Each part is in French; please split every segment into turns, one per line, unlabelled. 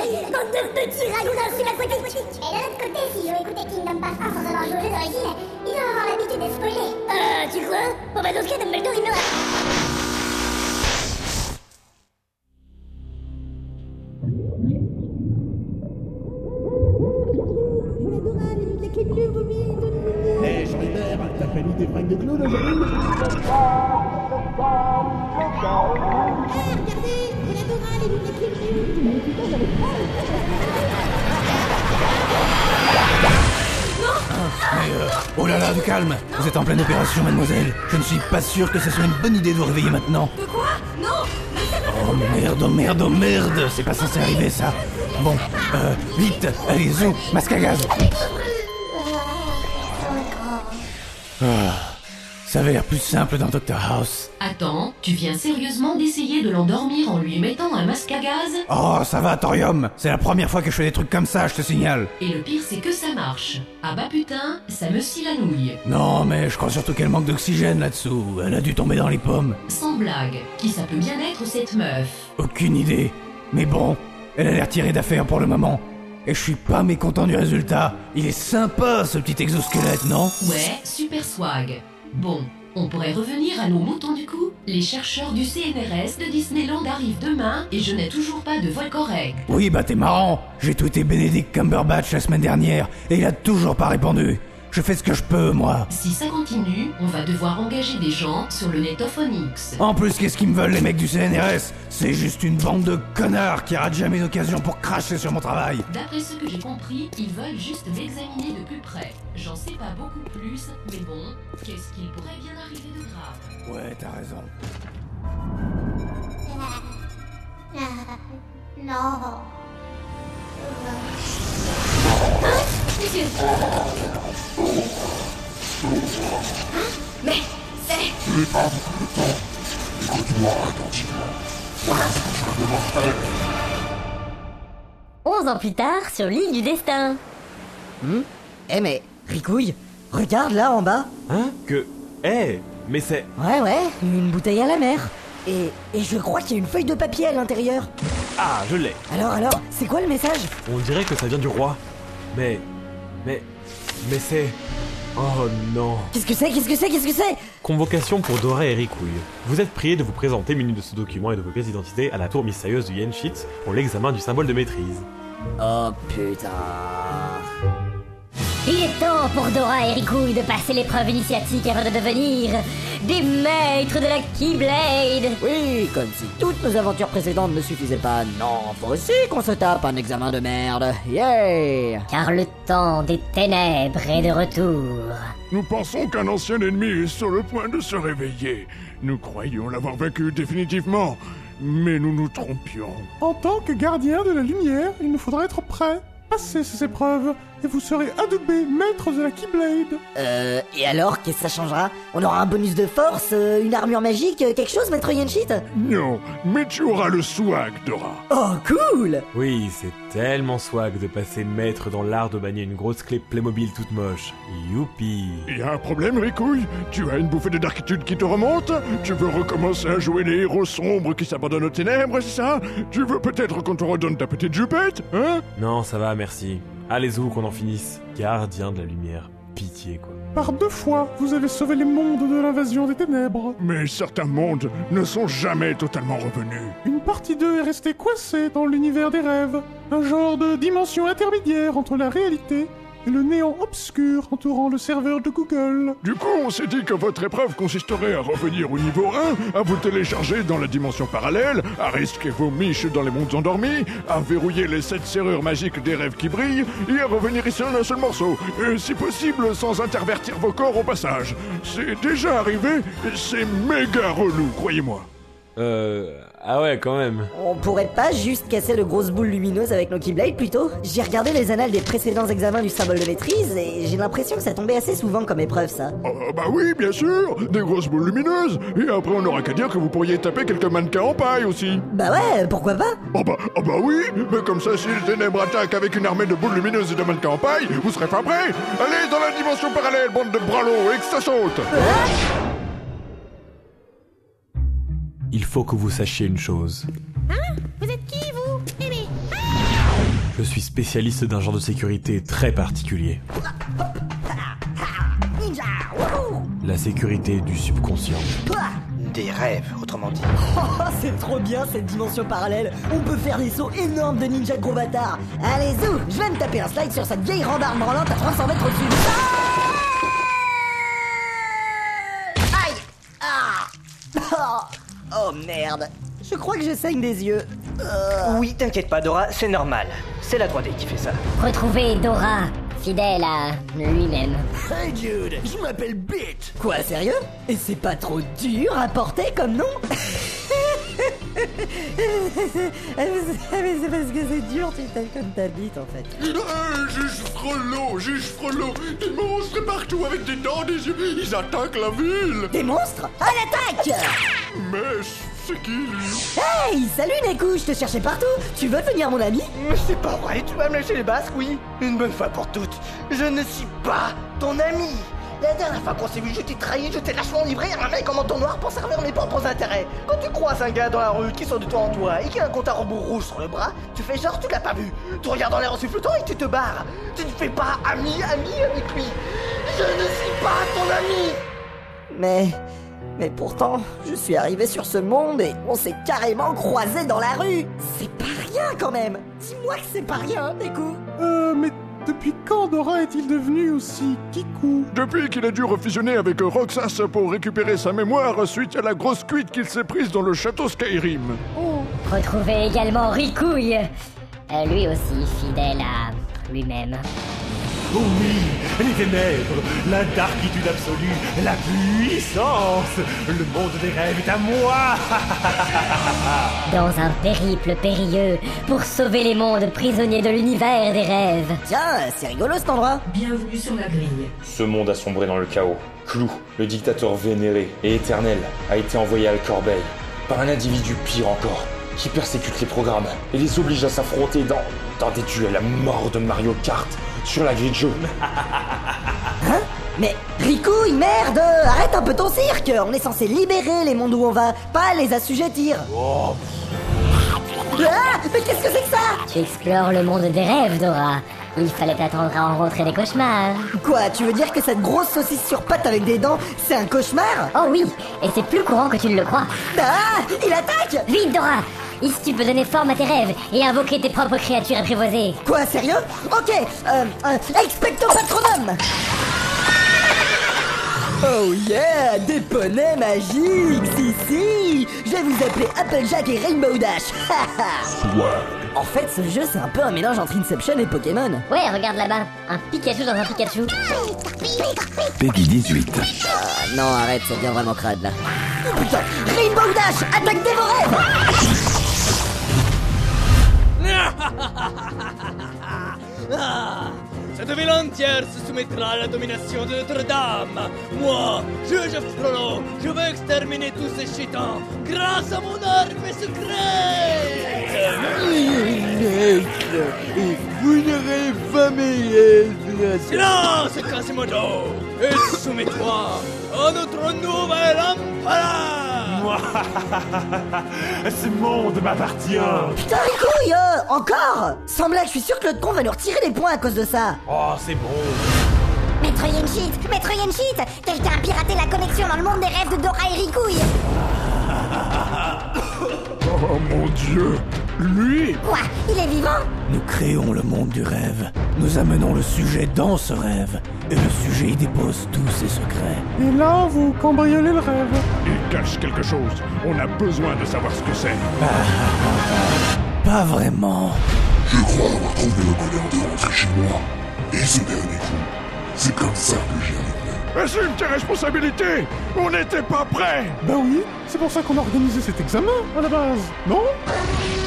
odeur de cul rayons d'un subaquatique.
Et d'un autre côté, s'ils ont écouté Kingdom Pass 1 sans avoir joué au jeu d'origine, ils doivent avoir l'habitude de spoiler.
Euh, tu crois Bon bah dans ce cas, Dumbledore il meurt.
Hé, j'en ai marre, t'as pas mis tes fringues de clown aujourd'hui
Mais, euh, oh là là, du calme Vous êtes en pleine opération, mademoiselle. Je ne suis pas sûr que ce soit une bonne idée de vous réveiller maintenant.
De quoi Non
Oh merde, oh merde, oh merde C'est pas censé arriver, ça. Bon, euh, vite, allez, zou, masque à gaz Ah, Ça avait l'air plus simple dans Dr House.
Attends, tu viens sérieusement d'essayer de l'endormir en lui mettant un masque à gaz
Oh, ça va, Thorium C'est la première fois que je fais des trucs comme ça, je te signale.
Et le pire, c'est que ça marche. Ah bah putain, ça me scie la nouille.
Non, mais je crois surtout qu'elle manque d'oxygène là-dessous. Elle a dû tomber dans les pommes.
Sans blague, qui ça peut bien être cette meuf
Aucune idée. Mais bon, elle a l'air tirée d'affaire pour le moment. Et je suis pas mécontent du résultat. Il est sympa ce petit exosquelette, non
Ouais, super swag. Bon, on pourrait revenir à nos moutons du coup Les chercheurs du CNRS de Disneyland arrivent demain et je n'ai toujours pas de vol correct.
Oui, bah t'es marrant. J'ai tweeté Benedict Cumberbatch la semaine dernière et il a toujours pas répondu. Je fais ce que je peux, moi.
Si ça continue, on va devoir engager des gens sur le Netophonix.
En plus, qu'est-ce qu'ils me veulent les mecs du CNRS C'est juste une bande de connards qui ratent jamais d'occasion pour cracher sur mon travail.
D'après ce que j'ai compris, ils veulent juste l'examiner de plus près. J'en sais pas beaucoup plus, mais bon, qu'est-ce qu'il pourrait bien arriver de grave
Ouais, t'as raison.
Hein
Non.
Monsieur Hein Mais c'est...
Onze ans plus tard, sur l'île du destin.
Eh mais, Ricouille, regarde là en bas.
Hein Que. Eh Mais c'est.
Ouais, ouais, une bouteille à la mer. Et, et je crois qu'il y a une feuille de papier à l'intérieur.
Ah, je l'ai
Alors, alors, c'est quoi le message
On dirait que ça vient du roi. Mais. Mais. Mais c'est. Oh non
Qu'est-ce que c'est Qu'est-ce que c'est Qu'est-ce que c'est
Convocation pour Dora et Ricouille. Vous êtes priés de vous présenter muni de ce document et de vos pièces d'identité à la tour mystérieuse du Yenshit pour l'examen du symbole de maîtrise.
Oh putain.
Il est temps pour Dora et Ricouille de passer l'épreuve initiatique avant de devenir des maîtres de la Keyblade.
Oui, comme si toutes nos aventures précédentes ne suffisaient pas. Non, faut aussi qu'on se tape un examen de merde. Yeah
Car le temps des ténèbres est de retour.
Nous pensons qu'un ancien ennemi est sur le point de se réveiller. Nous croyions l'avoir vaincu définitivement, mais nous nous trompions.
En tant que gardien de la lumière, il nous faudra être prêt. Passez ces épreuves et vous serez adoubé maître de la Keyblade.
Euh, et alors, qu'est-ce que ça changera On aura un bonus de force, euh, une armure magique, euh, quelque chose, maître Yenshit
Non, mais tu auras le swag, Dora.
Oh, cool
Oui, c'est tellement swag de passer maître dans l'art de manier une grosse clé Playmobil toute moche. Youpi
Il y a un problème, Ricouille Tu as une bouffée de darkitude qui te remonte Tu veux recommencer à jouer les héros sombres qui s'abandonnent aux ténèbres, c'est ça Tu veux peut-être qu'on te redonne ta petite jupette, hein
Non, ça va, merci. Allez-vous qu'on en finisse. Gardien de la lumière. Pitié, quoi.
Par deux fois, vous avez sauvé les mondes de l'invasion des ténèbres.
Mais certains mondes ne sont jamais totalement revenus.
Une partie d'eux est restée coincée dans l'univers des rêves, un genre de dimension intermédiaire entre la réalité et le néant obscur entourant le serveur de Google.
Du coup, on s'est dit que votre épreuve consisterait à revenir au niveau 1, à vous télécharger dans la dimension parallèle, à risquer vos miches dans les mondes endormis, à verrouiller les sept serrures magiques des rêves qui brillent, et à revenir ici en un seul morceau, et si possible sans intervertir vos corps au passage. C'est déjà arrivé, et c'est méga relou, croyez-moi.
Euh. Ah ouais, quand même.
On pourrait pas juste casser de grosses boules lumineuses avec nos Keyblades plutôt J'ai regardé les annales des précédents examens du symbole de maîtrise et j'ai l'impression que ça tombait assez souvent comme épreuve ça.
Oh, bah oui, bien sûr, des grosses boules lumineuses, et après on n'aura qu'à dire que vous pourriez taper quelques mannequins en paille aussi.
Bah ouais, pourquoi pas
Oh bah, oh bah oui, mais comme ça, si les ténèbres attaquent avec une armée de boules lumineuses et de mannequins en paille, vous serez pas prêts Allez dans la dimension parallèle, bande de bras lourds, et que ça saute
Hein?
Il faut que vous sachiez une chose.
Vous êtes qui, vous Eh mais...
Je suis spécialiste d'un genre de sécurité très particulier.
Ah
Ninja wouhou
La sécurité du subconscient.
Pouah
Des rêves, autrement dit.
Oh, c'est trop bien cette dimension parallèle On peut faire des sauts énormes de ninja gros bâtard Allez zou, je vais me taper un slide sur cette vieille rambarde branlante à 300 mètres au-dessus Ah Aïe Ah oh, oh merde Je crois que je saigne des yeux Euh,
Oui, t'inquiète pas, Dora, c'est normal. C'est la 3D qui fait ça.
Retrouver Dora, fidèle à lui-même.
Hey dude, je m'appelle Bit.
Quoi, sérieux Et c'est pas trop dur à porter comme nom Ah, mais c'est- mais c'est parce que c'est dur, tu t'aimes comme ta bite en fait.
juge Frollo, juge Frollo, des monstres partout avec des dents, des yeux, ils attaquent la ville
Des monstres À l'attaque
Mais c'est qui lui
Hey Salut Neku, je te cherchais partout Tu veux devenir mon ami
Mais c'est pas vrai, tu vas me lâcher les basques, oui Une bonne fois pour toutes, je ne suis pas ton ami La dernière fois qu'on s'est vu, je t'ai trahi, je t'ai lâchement livré à un mec en manteau noir pour servir mes propres intérêts. Quand tu croises un gars dans la rue qui sort de toi en toi et qui a un compte à rebours rouge sur le bras, tu fais genre tu l'as pas vu. Tu regardes en l'air en souffletant et tu te barres. Tu ne fais pas ami, ami avec lui. Je ne suis pas ton ami
Mais. Mais pourtant, je suis arrivé sur ce monde et on s'est carrément croisés dans la rue C'est pas rien quand même Dis-moi que c'est pas rien, Neku
Euh, mais depuis quand Dora est-il devenu aussi kikou
Depuis qu'il a dû refusionner avec Roxas pour récupérer sa mémoire suite à la grosse cuite qu'il s'est prise dans le château Skyrim.
Retrouver également Ricouille, euh, lui aussi fidèle à lui-même.
Oh oui, les ténèbres, la darkitude absolue, la puissance Le monde des rêves est à moi
Dans un périple périlleux pour sauver les mondes prisonniers de l'univers des rêves.
Tiens, c'est rigolo cet endroit
Bienvenue sur la grille.
Ce monde a sombré dans le chaos. Clou, le dictateur vénéré et éternel, a été envoyé à la corbeille par un individu pire encore, qui persécute les programmes et les oblige à s'affronter dans, dans des duels à mort de Mario Kart sur la grille de jeu.
Mais Ricouille, merde Arrête un peu ton cirque On est censé libérer les mondes où on va, pas les assujettir Ah Mais qu'est-ce que c'est que ça
Tu explores le monde des rêves, Dora. Il fallait t'attendre à rencontrer des cauchemars.
Quoi, tu veux dire que cette grosse saucisse sur pattes avec des dents, c'est un cauchemar
Oh oui, et c'est plus courant que tu ne le crois.
Ah Il attaque
Vite, Dora Ici, tu peux donner forme à tes rêves et invoquer tes propres créatures apprivoisées.
Quoi, sérieux Ok, euh, euh, expecto patronum Oh yeah, des poneys magiques, si si Je vais vous appeler Applejack et Rainbow Dash Ha, ha. En fait, ce jeu, c'est un peu un mélange entre Inception et Pokémon.
Ouais, regarde là-bas, un Pikachu dans un Pikachu.
Ah non, arrête, ça devient vraiment crade, là. Oh putain, Rainbow Dash, attaque des rêves
Ah, Cette ville entière se soumettra à la domination de Notre-Dame. Moi, juge Frollo, je veux exterminer tous ces chitans grâce à mon arme secrète. Silence, Quasimodo, et soumets-toi à notre nouvel empereur.
Ce monde m'appartient
Putain, les couilles, euh, encore Sans blague, je suis sûr que le con va nous retirer des points à cause de ça
Oh, c'est bon
Maître Yenshit Maître Yenshit Quelqu'un a piraté la connexion dans le monde des rêves de Dora et Ricouille
Oh mon dieu Lui
Quoi Il est vivant
Nous créons le monde du rêve. Nous amenons le sujet dans ce rêve. Et le sujet y dépose tous ses secrets.
Et là, vous cambriolez le rêve.
Il cache quelque chose. On a besoin de savoir ce que c'est.
Ah. Pas vraiment.
Je crois avoir trouvé le bonheur de rentrer chez moi. Et ce dernier coup, c'est comme ça que j'y arriverai.
Assume tes responsabilités On n'était pas prêts
Ben oui, c'est pour ça qu'on a organisé cet examen, à la base, non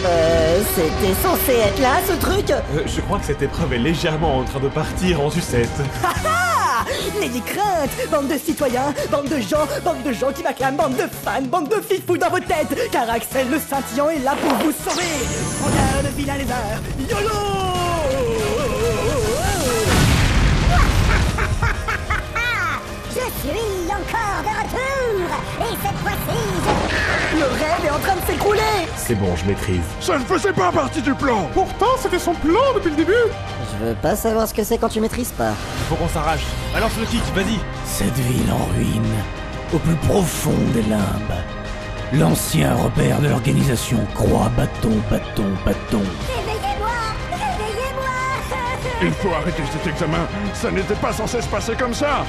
Euh, c'était censé être là, Ah, ce truc
Euh, Je crois que cette épreuve est légèrement en train de partir en sucette.
N'ayez crainte, bande de citoyens, bande de gens, bande de gens qui m'acclament, bande de fans, bande de fifous dans vos têtes, car Axel le scintillant est là pour vous sauver. On a le vilain lézard, YOLO
Je suis encore de retour Et cette fois-ci,
Le rêve est en train de s'écrouler
C'est bon, je maîtrise.
Ça ne faisait pas partie du plan
Pourtant, c'était son plan depuis le début
Je veux pas savoir ce que c'est quand tu maîtrises pas.
Faut qu'on s'arrache. Balance le kick, vas-y. Cette ville en ruine, au plus profond des limbes. L'ancien repère de l'organisation croix bâton, bâton, bâton.
Réveillez-moi Réveillez-moi
Il faut arrêter cet examen Ça n'était pas censé se passer comme ça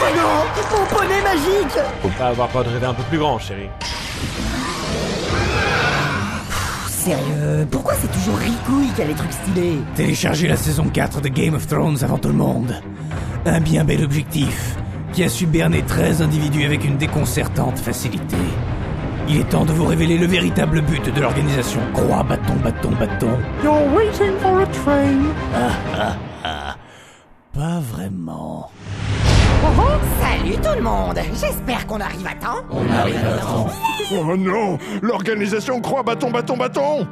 Oh non Mon poney magique
Faut pas avoir peur de rêver un peu plus grand, chérie.
Sérieux, pourquoi c'est toujours Ricouille qui a les trucs stylés
Téléchargez la saison 4 de Game of Thrones avant tout le monde. Un bien bel objectif qui a su berner 13 individus avec une déconcertante facilité. Il est temps de vous révéler le véritable but de l'organisation Croix, bâton, bâton, bâton.
You're waiting for a train
Ah, ah, ah. Pas vraiment.
Oh,
Salut tout le monde J'espère qu'on arrive à temps
On arrive à temps. Oh non L'organisation croit bâton, bâton, bâton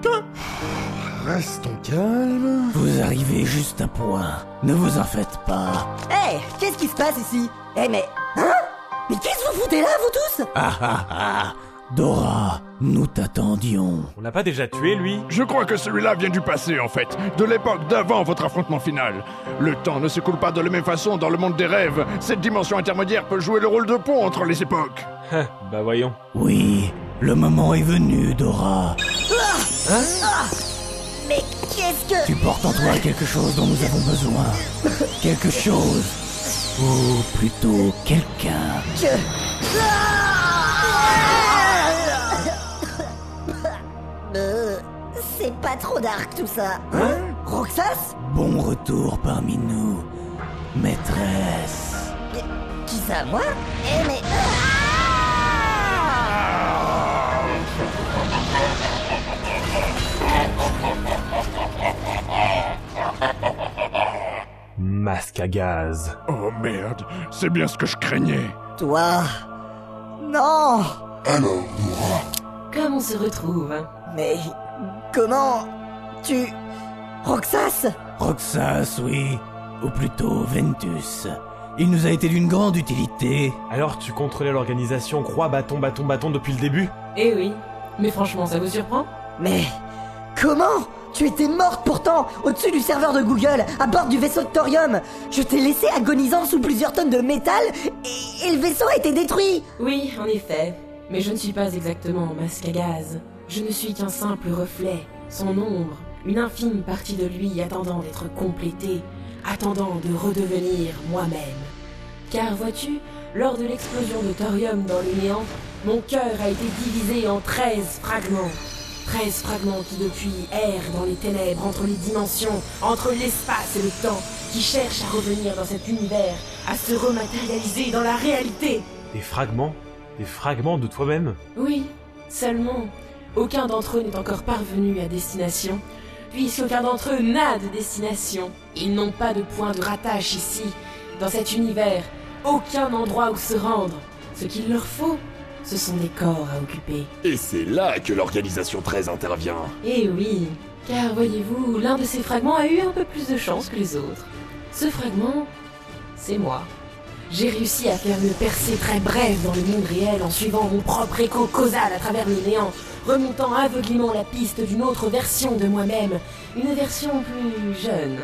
Restons calmes.
Vous arrivez juste à point. Ne vous en faites pas.
Hé, Eh, qu'est-ce qui se passe ici Eh mais... Hein Mais qu'est-ce que vous foutez là, vous tous
Ah ah ah Dora, nous t'attendions.
On l'a pas déjà tué, lui
Je crois que celui-là vient du passé, en fait, de l'époque d'avant votre affrontement final. Le temps ne s'écoule pas de la même façon dans le monde des rêves. Cette dimension intermédiaire peut jouer le rôle de pont entre les époques.
bah voyons.
Oui, le moment est venu, Dora.
Hein Mais qu'est-ce que...
Tu portes en toi quelque chose dont nous avons besoin. Quelque chose. Ou plutôt quelqu'un.
Que- Ah Euh, C'est pas trop dark tout ça. Hein Roxas
Bon retour parmi nous, maîtresse.
Mais Qui ça, moi Eh mais... Ah Ah!
Masque à gaz.
Oh merde, c'est bien ce que je craignais.
Toi Non
Alors, Nora,
Comme on se retrouve hein
Mais comment tu... Roxas
Roxas, oui. Ou plutôt Ventus. Il nous a été d'une grande utilité.
Alors tu contrôlais l'organisation croix, bâton, bâton, bâton depuis le début
Eh oui, mais franchement, ça vous surprend
Mais comment Tu étais morte pourtant, au-dessus du serveur de Google, à bord du vaisseau de Thorium. Je t'ai laissé agonisant sous plusieurs tonnes de métal et, et le vaisseau a été détruit.
Oui, en effet, mais je ne suis pas exactement un masque à gaz. Je ne suis qu'un simple reflet, son ombre, une infime partie de lui attendant d'être complétée, attendant de redevenir moi-même. Car vois-tu, lors de l'explosion de thorium dans le néant, mon cœur a été divisé en 13 fragments. 13 fragments qui depuis errent dans les ténèbres, entre les dimensions, entre l'espace et le temps, qui cherchent à revenir dans cet univers, à se rematérialiser dans la réalité.
Des fragments Des fragments de toi-même
Oui, seulement, aucun d'entre eux n'est encore parvenu à destination, puisqu'aucun d'entre eux n'a de destination. Ils n'ont pas de point de rattache ici, dans cet univers, aucun endroit où se rendre. Ce qu'il leur faut, ce sont des corps à occuper.
Et c'est là que l'organisation 13 intervient.
Eh oui, car voyez-vous, l'un de ces fragments a eu un peu plus de chance que les autres. Ce fragment, c'est moi. J'ai réussi à faire une percée très brève dans le monde réel en suivant mon propre écho causal à travers le néant, remontant aveuglément la piste d'une autre version de moi-même, une version plus jeune.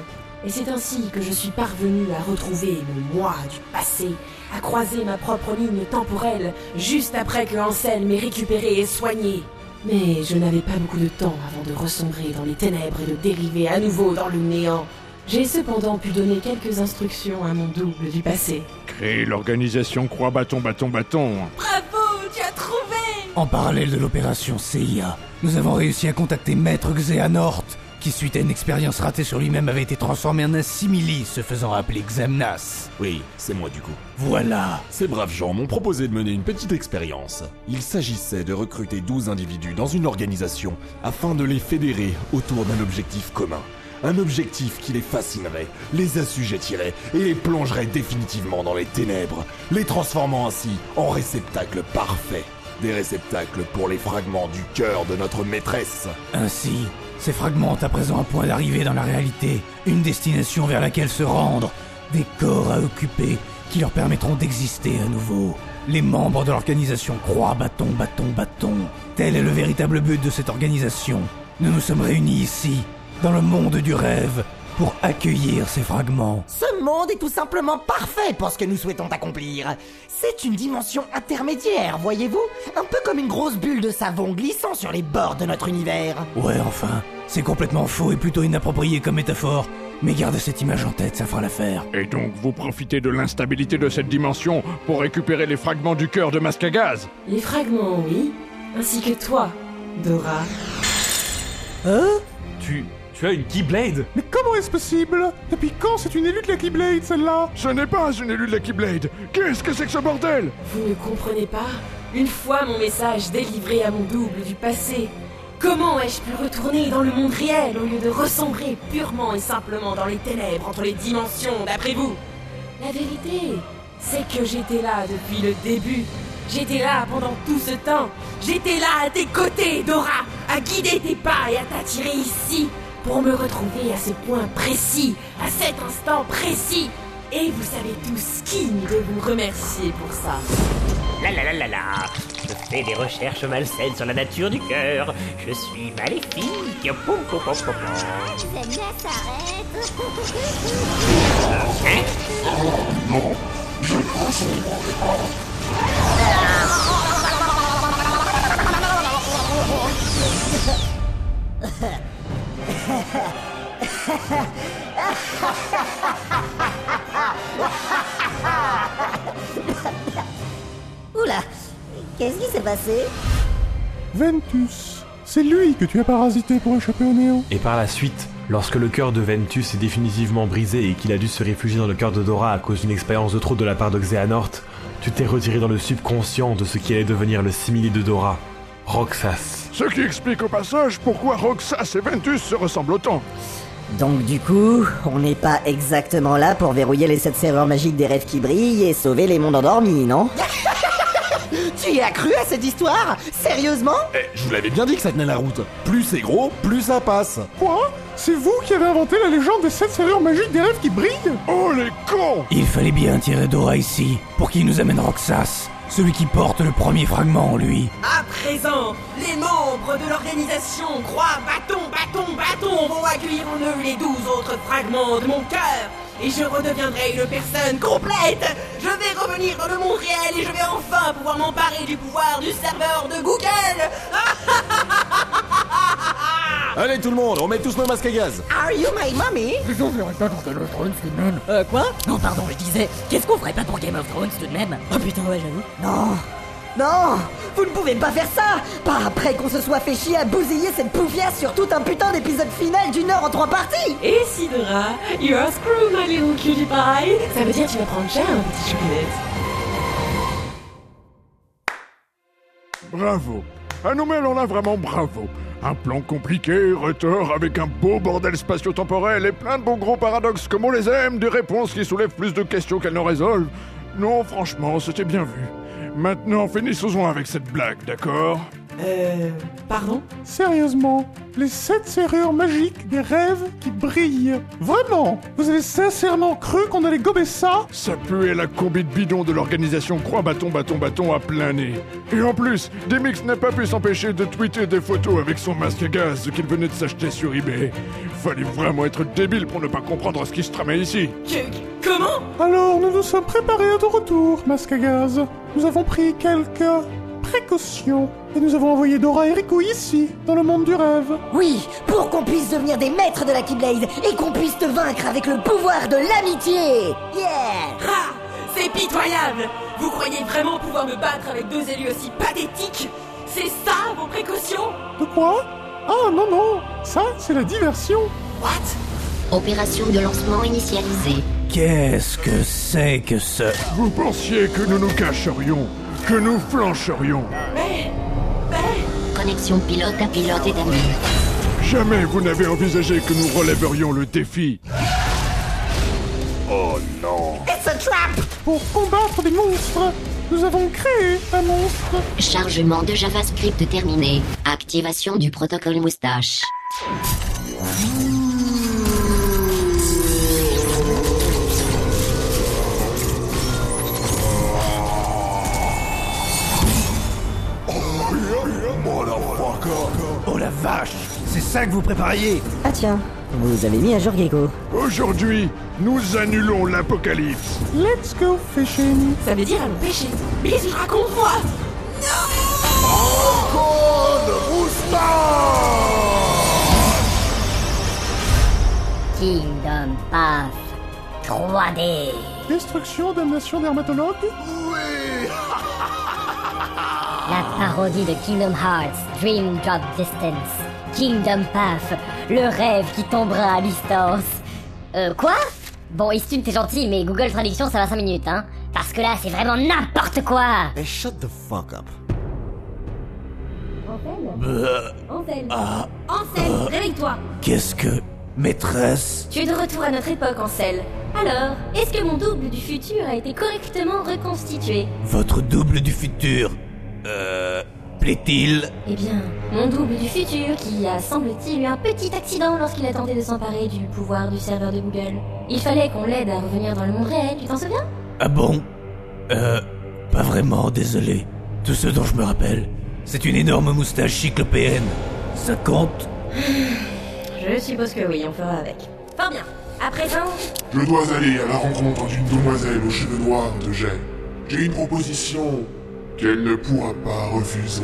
Et c'est ainsi que je suis parvenu à retrouver mon moi du passé, à croiser ma propre ligne temporelle juste après que Anselme m'ait récupéré et soigné. Mais je n'avais pas beaucoup de temps avant de ressombrer dans les ténèbres et de dériver à nouveau dans le néant. J'ai cependant pu donner quelques instructions à mon double du passé.
Créer l'organisation croix, bâton, bâton, bâton.
Bravo, tu as trouvé
En parallèle de l'opération CIA, nous avons réussi à contacter Maître Xehanort, qui suite à une expérience ratée sur lui-même avait été transformé en assimili, se faisant appeler Xemnas.
Oui, c'est moi du coup.
Voilà.
Ces braves gens m'ont proposé de mener une petite expérience. Il s'agissait de recruter 12 individus dans une organisation afin de les fédérer autour d'un objectif commun. Un objectif qui les fascinerait, les assujettirait et les plongerait définitivement dans les ténèbres, les transformant ainsi en réceptacles parfaits. Des réceptacles pour les fragments du cœur de notre maîtresse.
Ainsi, ces fragments ont à présent un point d'arrivée dans la réalité, une destination vers laquelle se rendre, des corps à occuper qui leur permettront d'exister à nouveau. les membres de l'organisation croient bâton, bâton, bâton. Tel est le véritable but de cette organisation. Nous nous sommes réunis ici, dans le monde du rêve, pour accueillir ces fragments.
Ce monde est tout simplement parfait pour ce que nous souhaitons accomplir. C'est une dimension intermédiaire, voyez-vous Un peu comme une grosse bulle de savon glissant sur les bords de notre univers.
Ouais, enfin, c'est complètement faux et plutôt inapproprié comme métaphore. Mais garde cette image en tête, ça fera l'affaire.
Et donc vous profitez de l'instabilité de cette dimension pour récupérer les fragments du cœur de masque à gaz
Les fragments, oui, ainsi que toi, Dora.
Hein
Tu. Tu as une Keyblade
Mais comment est-ce possible Depuis quand c'est une élue de la Keyblade, celle-là
Ce n'est pas une élue de la Keyblade Qu'est-ce que c'est que ce bordel
Vous ne comprenez pas Une fois mon message délivré à mon double du passé, comment ai-je pu retourner dans le monde réel au lieu de ressombrer purement et simplement dans les ténèbres entre les dimensions, d'après vous La vérité, c'est que j'étais là depuis le début. J'étais là pendant tout ce temps. J'étais là à tes côtés, Dora, à guider tes pas et à t'attirer ici pour me retrouver à ce point précis, à cet instant précis. Et vous savez tous qui nous devons remercier pour ça.
La la la la la Je fais des recherches malsaines sur la nature du cœur. Je suis maléfique. Pou, pou, pou, pou, pou.
Les amis,
Hein
Non, je ne ressemblerai pas.
Oula, qu'est-ce qui s'est passé
Ventus, c'est lui que tu as parasité pour échapper au néant.
Et par la suite, lorsque le cœur de Ventus est définitivement brisé et qu'il a dû se réfugier dans le cœur de Dora à cause d'une expérience de trop de la part de Xehanort, tu t'es retiré dans le subconscient de ce qui allait devenir le simili de Dora, Roxas.
Ce qui explique au passage pourquoi Roxas et Ventus se ressemblent autant.
Donc du coup, on n'est pas exactement là pour verrouiller les 7 serveurs magiques des rêves qui brillent et sauver les mondes endormis, non
Tu y as cru à cette histoire Sérieusement
Eh, je vous l'avais bien dit que ça tenait la route. Plus c'est gros, plus ça passe.
Quoi C'est vous qui avez inventé la légende des sept serrures magiques des rêves qui brillent
Oh les cons
Il fallait bien tirer Dora ici, pour qu'il nous amène Roxas, celui qui porte le premier fragment en lui.
À présent, les membres de l'organisation Croix Bâton Bâton Bâton vont accueillir en eux les douze autres fragments de mon cœur et je redeviendrai une personne complète. Je vais revenir dans le monde réel et je vais enfin pouvoir m'emparer du pouvoir du serveur de Google.
Allez tout le monde, on met tous nos masques à gaz.
Are you my mommy
Je verrai pas pour Game of Thrones tout de même.
Euh, quoi
Non, pardon, je disais, qu'est-ce qu'on ferait pas pour Game of Thrones tout de même Oh putain, ouais, j'avoue.
Non Non Vous ne pouvez pas faire ça Pas après qu'on se soit fait chier à bousiller cette pouvière sur tout un putain d'épisode final d'une heure en trois parties
Et si Dora, you are screwed my little cutie pie Ça veut dire que tu vas prendre cher, mon petit choupinette.
Bravo À nous mêmes, on a vraiment bravo Un plan compliqué, retors, avec un beau bordel spatio-temporel et plein de beaux gros paradoxes comme on les aime, des réponses qui soulèvent plus de questions qu'elles ne résolvent. Non, franchement, c'était bien vu. Maintenant, finissons-en avec cette blague, d'accord
Euh. Pardon
Sérieusement, les sept serrures magiques des rêves qui brillent. Vraiment Vous avez sincèrement cru qu'on allait gober ça
Ça puait la combi de bidon de l'organisation Croix Bâton Bâton Bâton à plein nez. Et en plus, Demix n'a pas pu s'empêcher de tweeter des photos avec son masque à gaz qu'il venait de s'acheter sur eBay. Fallait vraiment être débile pour ne pas comprendre ce qui se tramait ici.
Comment
Alors, nous nous sommes préparés à ton retour, masque à gaz. Nous avons pris quelques précautions et nous avons envoyé Dora et Rico ici, dans le monde du rêve.
Oui,
Pour qu'on puisse devenir des maîtres de la Keyblade et qu'on puisse te vaincre avec le pouvoir de l'amitié Yeah
Ah C'est pitoyable Vous croyez vraiment pouvoir me battre avec deux élus aussi pathétiques C'est ça vos précautions
De quoi Ah non, non Ça, c'est la diversion
Opération de lancement initialisée.
Qu'est-ce que c'est que ce...
Vous pensiez que nous nous cacherions, que nous flancherions.
Connexion pilote à pilote et d'amis.
Jamais vous n'avez envisagé que nous relèverions le défi. Oh non.
It's a trap
Pour combattre des monstres, nous avons créé un monstre.
Chargement de JavaScript terminé. Activation du protocole moustache.
Oh, ça que vous prépariez
Ah tiens, vous avez mis à jour Gecko.
Aujourd'hui, nous annulons l'apocalypse.
Let's go fishing.
Ça veut dire allons pêcher. Mais je raconte moi
Kingdom Path 3D.
Destruction, damnation, dermatologue
La parodie de Kingdom Hearts, Dream Drop Distance. Kingdom Path, le rêve qui tombera à distance. Euh, quoi Bon, Istune, t'es gentil, mais Google Traduction, ça va 5 minutes, hein. Parce que là, c'est vraiment n'importe quoi
Hey, shut the fuck up.
Anselme. Ah.
Ansel, réveille-toi
Euh, Qu'est-ce que... Maîtresse
Tu es de retour à notre époque, Ansel. Alors, est-ce que mon double du futur a été correctement reconstitué
Votre double du futur Euh... Plaît-il
Eh bien, mon double du futur, qui a, semble-t-il, eu un petit accident lorsqu'il a tenté de s'emparer du pouvoir du serveur de Google. Il fallait qu'on l'aide à revenir dans le monde réel, tu t'en souviens
Ah bon Euh... Pas vraiment, désolé. Tout ce dont je me rappelle, c'est une énorme moustache cyclopéenne. Ça compte
Je suppose que oui, on fera avec. Fort bien. À présent,
Je dois aller à la rencontre d'une demoiselle aux cheveux noirs de Jay. J'ai une proposition qu'elle ne pourra pas refuser.